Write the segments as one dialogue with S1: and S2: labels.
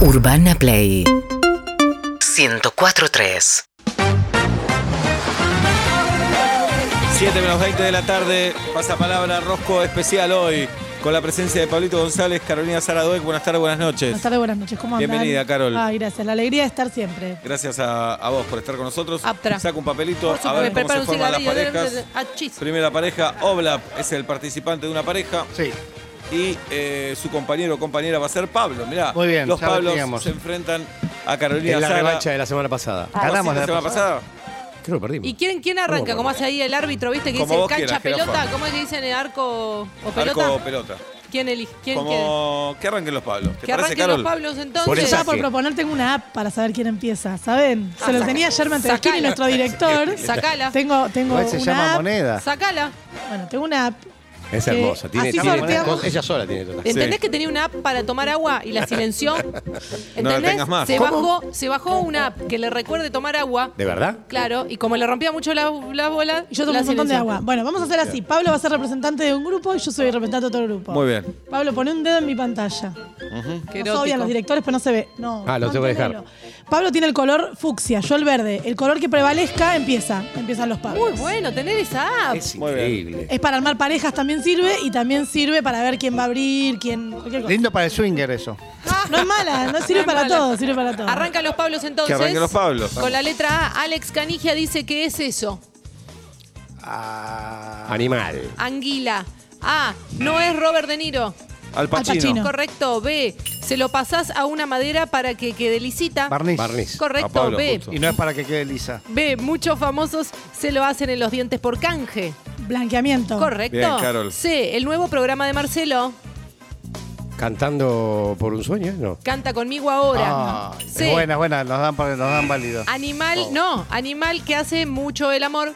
S1: Urbana Play 104.3
S2: 7 menos 20 de la tarde, pasa palabra Rosco especial hoy, con la presencia de Pablito González, Carolina Saraduec, buenas tardes, buenas noches.
S3: Buenas tardes, buenas noches. ¿Cómo andan?
S2: Bienvenida, Carol.
S3: Ay, gracias. La alegría de estar siempre.
S2: Gracias a, a vos por estar con nosotros.
S4: Aptra.
S2: Saca un papelito,
S4: Por
S2: a
S4: supuesto,
S2: ver
S4: me
S2: cómo
S4: preparo
S2: se
S4: un
S2: forman las
S4: cigarrillo. de- de-
S2: parejas.
S4: de- ah, chis.
S2: Primera pareja, Oblap es el participante de una pareja
S5: Sí,
S2: y eh, su compañero o compañera va a ser Pablo. Mirá,
S5: Muy bien,
S2: los
S5: ya lo
S2: Pablos
S5: teníamos.
S2: se enfrentan a Carolina
S6: Es la
S2: Sara. Ah,
S6: revancha de la semana pasada.
S4: Ah,
S2: ¿Vos
S5: ganamos
S2: sí,
S5: la
S2: la semana pasada?
S6: Creo que perdimos.
S4: ¿Y quién, quién arranca?
S6: Oh,
S4: ¿Cómo hace ahí el árbitro? ¿Viste que
S2: Como
S4: dice
S2: vos
S4: cancha,
S2: quieras,
S4: pelota?
S2: Jerafa.
S4: ¿Cómo que dicen arco o pelota?
S2: Arco pelota.
S4: ¿Quién elige? ¿Quién quiere?
S2: Como que arranquen los Pablos. ¿Te
S4: Que
S2: parece,
S4: arranquen los
S2: Carol?
S4: Pablos
S6: Por
S4: entonces.
S6: eso-
S3: Ya por proponer tengo una app para saber quién empieza, ¿saben? Se lo
S4: Ah, saca-
S3: tenía ayer me
S4: sacala.
S3: y nuestro director.
S4: Sacala.
S3: Tengo, tengo
S5: igual se
S3: una
S5: llama
S3: app.
S5: moneda.
S4: Sacala.
S3: Bueno, tengo una app.
S6: es
S3: que
S6: hermosa. Tiene,
S3: así
S6: tiene
S3: sorteamos.
S6: cosas- ella sola tiene todas.
S4: ¿Entendés
S2: Sí.
S4: que tenía una app para tomar agua y la silenció? ¿Entendés?
S2: tengas más.
S4: Se,
S2: ¿Cómo?
S4: bajó, se bajó una app que le recuerde tomar agua.
S6: ¿De verdad?
S4: Claro, y como le rompía mucho la, la bola,
S3: Y yo tomo
S4: la
S3: un montón de
S4: silenció.
S3: agua. Bueno, vamos a hacer así. Pablo va a ser representante de un grupo y yo soy representante de otro grupo.
S2: Muy bien.
S3: Pablo, pone un dedo en mi pantalla.
S4: Qué
S3: Nos odian
S4: erótico.
S3: los directores, pero no se ve. No,
S6: Ah, lo tengo que dejar.
S3: mantenelo. Pablo tiene el color fucsia, yo el verde. El color que prevalezca empieza. Empiezan los Pablos.
S4: Muy bueno tener esa app.
S6: Es
S2: Muy bien.
S6: increíble.
S3: Es para armar parejas también sirve y también sirve para ver quién va a abrir, quién. cualquier cosa. Ah,
S5: Lindo para el swinger eso.
S3: No es mala, no sirve
S4: No es
S3: para
S4: mala.
S3: todo, sirve para todo.
S4: Arrancan los Pablos
S2: Que
S4: entonces.
S2: arranquen los Pablos.
S4: Con la letra A, Alex Canigia dice que es eso.
S6: Ah. Animal.
S4: Anguila. A, no es Robert De Niro.
S2: Al Pacino.
S3: Pacino. No.
S4: Correcto. B, se lo pasás a una madera para que quede lisita.
S5: Barniz.
S6: Barniz.
S4: Correcto.
S2: A Pablo,
S4: B.
S2: justo.
S5: Y no es para que quede lisa.
S4: B, muchos famosos se lo hacen en los dientes por canje.
S3: Blanqueamiento.
S4: Correcto.
S2: Bien, Carol.
S4: C, el nuevo programa de Marcelo.
S6: Cantando por un sueño, ¿no?
S4: Canta conmigo ahora.
S5: Ay,
S4: C,
S5: Ah, es buena, es buena, nos dan, para- nos dan válido.
S4: animal, no, animal que hace mucho el amor.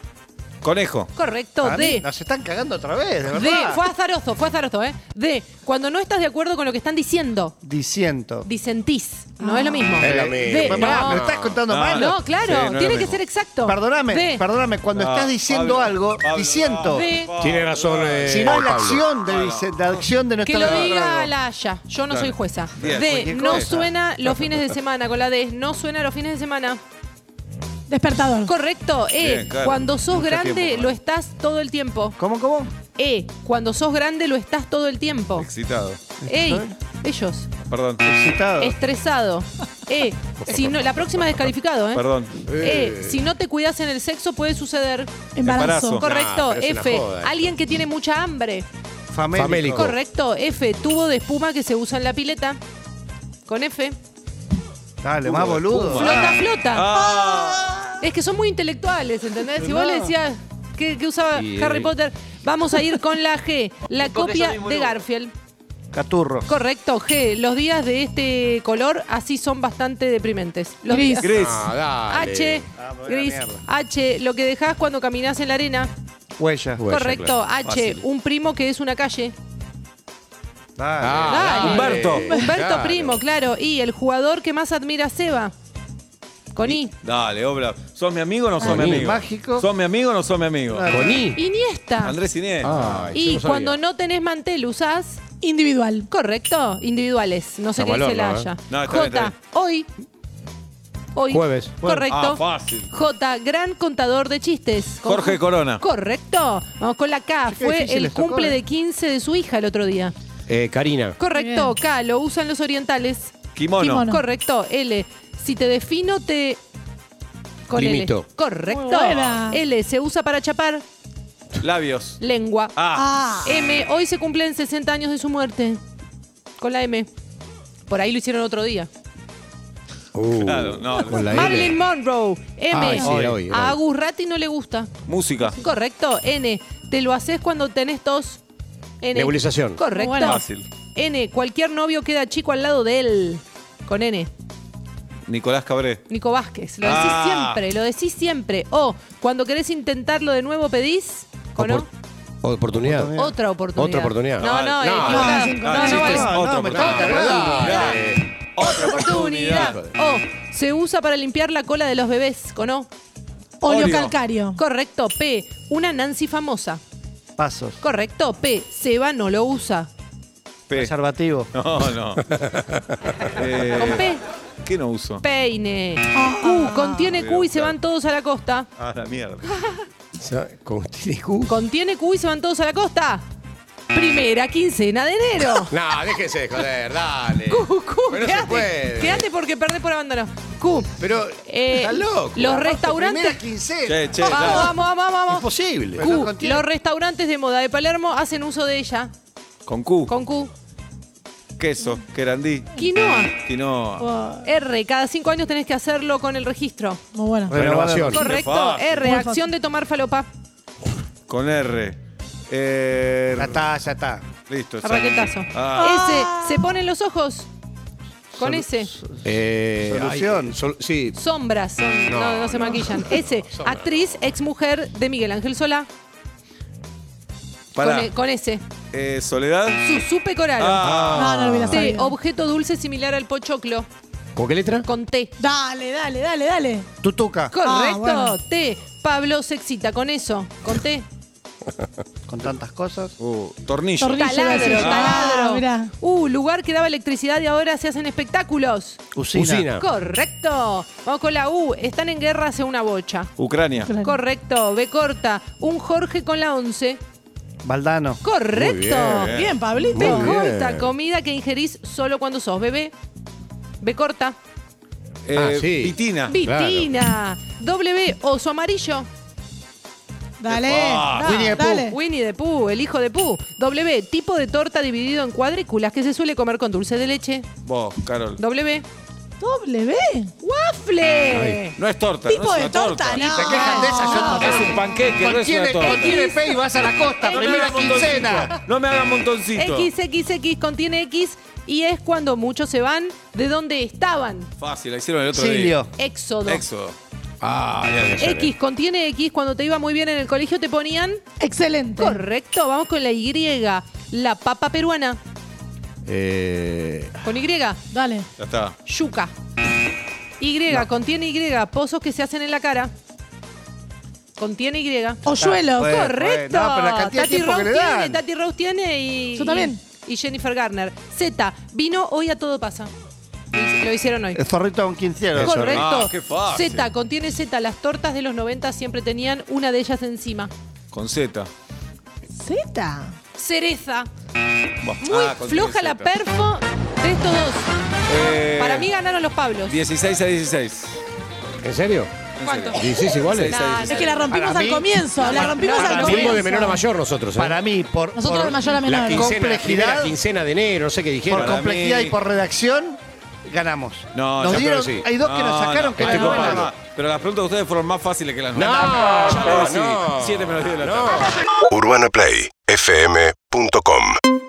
S2: Conejo.
S4: Correcto.
S5: Para mí,
S4: D,
S5: Nos están cagando otra vez, de
S4: D,
S5: Ah, verdad.
S4: fue azaroso, fue azaroso, ¿eh? D, cuando no estás de acuerdo con lo que están diciendo,
S5: Disiento.
S4: disentís. No es lo mismo.
S6: Es lo
S5: Eh,
S6: mismo.
S4: D,
S5: pero pará,
S4: no.
S5: ¿Me estás contando
S2: No,
S5: mal?
S4: Ah, No,
S2: Sí, no
S4: claro,
S2: es lo
S4: tiene que
S2: mismo.
S4: ser exacto.
S5: Perdóname,
S4: D,
S5: perdóname, cuando
S2: No,
S5: estás diciendo
S2: Ah, Pablo,
S5: algo,
S2: Pablo,
S5: disiento.
S4: D,
S6: Tiene razón. eh,
S5: Si no es la
S6: Pablo.
S5: acción de, dise- la acción de no
S4: que
S5: estar
S4: lo
S5: de
S4: diga
S5: acuerdo.
S4: la Haya. Yo no soy jueza.
S2: Bien.
S4: D,
S5: Cualquier
S4: no
S5: cosa.
S4: suena los fines de semana. Con la D, no suena los fines de semana.
S3: Despertador.
S4: Correcto. E,
S2: Bien, claro.
S4: cuando sos
S2: Mucho
S4: grande
S2: tiempo,
S4: lo
S2: Mar.
S4: estás todo el tiempo.
S5: ¿Cómo, cómo?
S4: E, cuando sos grande lo estás todo el tiempo.
S2: Excitado.
S4: Ey, ellos.
S2: Perdón.
S5: Excitado.
S4: Estresado. E, si no, la próxima es descalificado, ¿eh?
S2: Perdón.
S4: E, si no te cuidas en el sexo puede suceder.
S3: Embarazo.
S2: Embarazo.
S4: Correcto,
S6: pero es una
S4: F.
S2: eh.
S6: joda.
S4: Alguien que tiene mucha hambre.
S5: Famélico.
S6: Famélico. Correcto.
S4: Correcto, F. Tubo de espuma que se usa en la pileta. Con F.
S5: Dale, más boludo.
S4: Flota, flota.
S2: Ah,
S4: Es que son muy intelectuales, ¿entendés? Si vos le decías que, que usaba
S6: Sí,
S4: Harry
S6: eh.
S4: Potter, vamos a ir con la G. La copia de Garfield.
S5: Caturro.
S4: Correcto, G. Los días de este color así son bastante deprimentes. Los
S3: Gris.
S4: días.
S2: Gris.
S6: Ah, dale.
S4: H,
S5: Ah, me voy a la
S4: gris,
S5: mierda.
S4: H, lo que dejás cuando caminás en la arena.
S5: Huella.
S6: Huella,
S4: Correcto,
S6: claro.
S4: H, un primo que es una calle.
S5: Dale.
S6: Ah,
S4: Dale.
S6: dale.
S2: Humberto.
S4: Humberto
S6: Claro.
S4: Primo, claro. Y el jugador que más admira a Seba. Con I.
S2: Dale, obra. ¿Sos mi amigo o no sos mi
S6: Ahí.
S2: amigo?
S5: Mágico.
S2: ¿Sos mi amigo o no sos mi amigo?
S5: Claro.
S6: Con I.
S4: Iniesta.
S2: Andrés Inés.
S6: Ay, yo
S4: y
S6: no sabía.
S4: cuando no tenés mantel, usás.
S3: Individual.
S4: Correcto, individuales. No sé qué
S6: Estamos
S4: dice
S6: al
S4: la
S6: horno,
S4: Haya.
S2: ¿eh? No, está bien, está
S4: J, hoy. Hoy.
S6: Jueves.
S4: Correcto.
S2: Ah, fácil.
S4: J, gran contador de chistes. Con-
S2: Jorge Corona.
S4: Correcto. Vamos con la K.
S5: Sí, qué
S4: Fue
S5: difícil
S4: el
S5: les tocó,
S4: cumple
S5: eh.
S4: de 15 de su hija el otro día.
S6: Eh, Karina.
S4: Correcto. K, lo usan los orientales.
S2: Kimono.
S3: Kimono. No.
S4: Correcto. L, si te defino, te. Con
S6: Limito.
S4: L. Correcto.
S3: Muy buena.
S4: L, se usa para chapar.
S2: Labios.
S4: Lengua.
S2: Ah.
S3: Ah.
S4: M, hoy se cumplen 60 años de su muerte. Con la M. Por ahí lo hicieron otro día.
S6: Uh,
S2: Claro, no.
S6: Con la
S4: Marilyn
S6: L.
S4: Monroe. M.
S6: Ay, sí, era hoy, era
S4: a
S6: hoy.
S4: Agus Ratti no le gusta.
S2: Música.
S4: Correcto. N. Te lo haces cuando tenés tos. N.
S6: Nebulización.
S4: Correcto.
S3: Bueno.
S2: Fácil.
S4: N. Cualquier novio queda chico al lado de él. Con N.
S2: Nicolás Cabré.
S4: Nico Vázquez. Lo decís
S2: Ah.
S4: siempre, lo decís siempre. O, cuando querés intentarlo de nuevo, pedís. ¿O no?
S6: Opor- Oportunidad.
S5: Oportunidad.
S4: Otra oportunidad.
S6: Otra oportunidad.
S4: No, no,
S2: Dale.
S4: eh, equivocado.
S3: no,
S4: no, no,
S2: chiste,
S4: vale.
S5: no,
S2: otra
S5: no, me estaba
S2: oportunidad.
S6: cagando.
S2: Otra
S4: Oportunidad.
S2: oportunidad.
S4: O, se usa para limpiar la cola de los bebés. ¿Con O?
S3: Óleo
S2: Óleo.
S3: calcario.
S4: Correcto. P. Una Nancy famosa.
S5: Pasos.
S4: Correcto. P. Seba no lo usa.
S2: P.
S5: Preservativo.
S2: No, no. Eh,
S4: Con P.
S2: ¿Qué no uso?
S4: Peine. Q. Contiene Q y se van todos a la costa.
S2: Ah, la mierda.
S6: Sa- Con Tirijú.
S4: Contiene Q y se van todos a la costa. Primera quincena de enero.
S6: No, déjese de joder, dale.
S4: Q, Q,
S6: Pero no se
S4: quédate,
S6: puede.
S4: quédate porque perdés por abandono. Q.
S6: Pero
S4: Eh,
S6: está loco.
S4: los
S6: Aparte,
S4: restaurantes-
S6: Primera quincena.
S2: Che, che,
S4: Vamos,
S2: dale.
S4: vamos, vamos, vamos.
S6: Imposible.
S5: Pero no
S4: Q.
S5: contiene.
S4: Los restaurantes de moda de Palermo hacen uso de ella.
S2: Con Q.
S4: Con Q.
S2: Queso, querandí,
S4: Quinoa.
S2: quinoa.
S3: Oh,
S4: R. Cada cinco años tenés que hacerlo con el registro.
S3: muy bueno.
S6: Renovación.
S4: Correcto.
S2: fácil.
S4: R.
S3: Muy
S4: Acción
S3: fácil.
S4: de tomar falopa.
S2: Con R. Eh,
S5: Ya está, ya está.
S2: listo. ya.
S4: Arraquetazo.
S2: Ah,
S4: S. Se ponen los ojos. Con S.
S6: Eh,
S5: Solución.
S6: ay, sol- sí.
S4: Sombras. son- no, no, se maquillan. S. Actriz, ex mujer de Miguel Ángel Solá.
S2: pará.
S4: Con, e- con S.
S2: Eh, Soledad. Ah,
S4: Su supe coral.
S3: No, no lo hubiera
S4: T.
S3: sabido.
S4: Objeto dulce similar al pochoclo.
S6: ¿Con qué letra?
S4: Con T.
S3: Dale, dale, dale, dale.
S5: Tutuca.
S4: Correcto.
S3: Ah, bueno.
S4: T. Pablo se excita con eso. Con T.
S5: Con tantas cosas.
S2: Uh, tornillo.
S3: Tornillo. iba a decir yo.
S4: Taladro,
S3: Ah,
S4: taladro.
S3: mirá.
S4: Uh, lugar que daba electricidad y ahora se hacen espectáculos.
S5: Usina.
S6: Usina.
S4: Correcto. Vamos con la U. Están en guerra hace una bocha.
S2: Ucrania.
S3: Claro.
S4: Correcto. B corta. Un Jorge con la 11.
S5: Baldano.
S4: Correcto.
S5: Eh,
S2: Muy
S3: Bien, Pablito.
S4: B
S6: Muy bien.
S4: corta. Comida que ingerís solo cuando sos bebé. B corta.
S2: Eh,
S6: Ah, sí.
S2: Pitina.
S4: Vitina. W. Oso amarillo.
S3: Dale.
S2: Ah,
S3: da-
S5: Winnie the Pooh.
S3: dale.
S4: Winnie the Pooh, el hijo de Pooh. W, tipo de torta dividido en cuadrículas que se suele comer con dulce de leche.
S2: Vos, Carol.
S4: W,
S3: Doble B.
S4: waffle.
S2: No es torta.
S3: Tipo
S2: no es
S3: de
S2: una
S3: torta,
S2: torta.
S3: no.
S5: Se quejan de esa, yo-
S2: Es un panqueque, no es una
S5: Contiene,
S2: torta.
S5: contiene P y vas a la costa.
S2: No me
S5: primera
S2: hagas montoncito,
S5: quincena.
S2: No me hagan montoncito.
S4: XXX contiene X y es cuando muchos se van de donde estaban.
S2: Fácil, la hicieron el otro
S5: Silio.
S4: Éxodo.
S2: día. Éxodo.
S6: Ah, ya, ya, ya, ya.
S4: X contiene X, cuando te iba muy bien en el colegio te ponían.
S3: Excelente.
S4: Correcto, vamos con la Y. La papa peruana.
S6: Eh,
S4: Con Y.
S3: Dale.
S2: Ya está.
S4: Yuca. Y contiene Y, pozos que se hacen en la cara. Contiene Y.
S3: Hoyuelo.
S5: Fue- fue-
S4: Correcto.
S5: no, pero la cantidad de
S4: Tati
S5: tiempo que
S4: Rose
S5: le
S4: tiene,
S5: dan.
S4: Tati Rose tiene y.
S3: Yo también.
S4: Y, y Jennifer Garner. Z, vino hoy a todo pasa. Lo hicieron hoy.
S5: El zorrito con quinceañero.
S2: Ah,
S4: Correcto.
S2: qué fácil.
S4: Z, contiene Z. Las tortas de los 90 siempre tenían una de ellas encima.
S2: Con Z.
S3: Z.
S4: Cereza.
S2: Vos.
S4: Muy
S2: Ah, con
S4: floja
S2: Z.
S4: la perfo de estos dos.
S2: Eh,
S4: Para mí ganaron los Pablos.
S2: 16 a 16.
S6: ¿En serio?
S4: ¿Cuánto?
S6: 16 iguales.
S2: Seis a
S4: Nah,
S2: dieciséis.
S3: Es que la rompimos
S5: Para
S3: al
S5: mí-
S3: comienzo. La rompimos
S5: para
S3: al
S5: mí-
S3: comienzo.
S6: Fuimos de menor a mayor nosotros. ¿eh?
S5: Para mí, por,
S3: Nosotros
S5: por-
S3: de mayor a
S6: la
S3: menor.
S6: quincena, la
S5: Complejidad.
S6: primera quincena de enero, no sé qué
S5: por
S6: dijeron.
S2: Para
S5: complejidad
S2: mí-
S5: y por redacción, ganamos.
S2: No,
S5: nos
S6: yo creo
S5: dieron,
S6: que sí.
S5: Hay dos que nos sacaron que
S6: estoy
S5: eran
S2: no,
S5: buenas.
S2: no, no. Pero las preguntas de ustedes fueron más fáciles que las
S6: No,
S2: nuestras. Ya lo
S6: no.
S2: decidí. Siete menos diez de la tarde.
S1: UrbanaPlayFM.com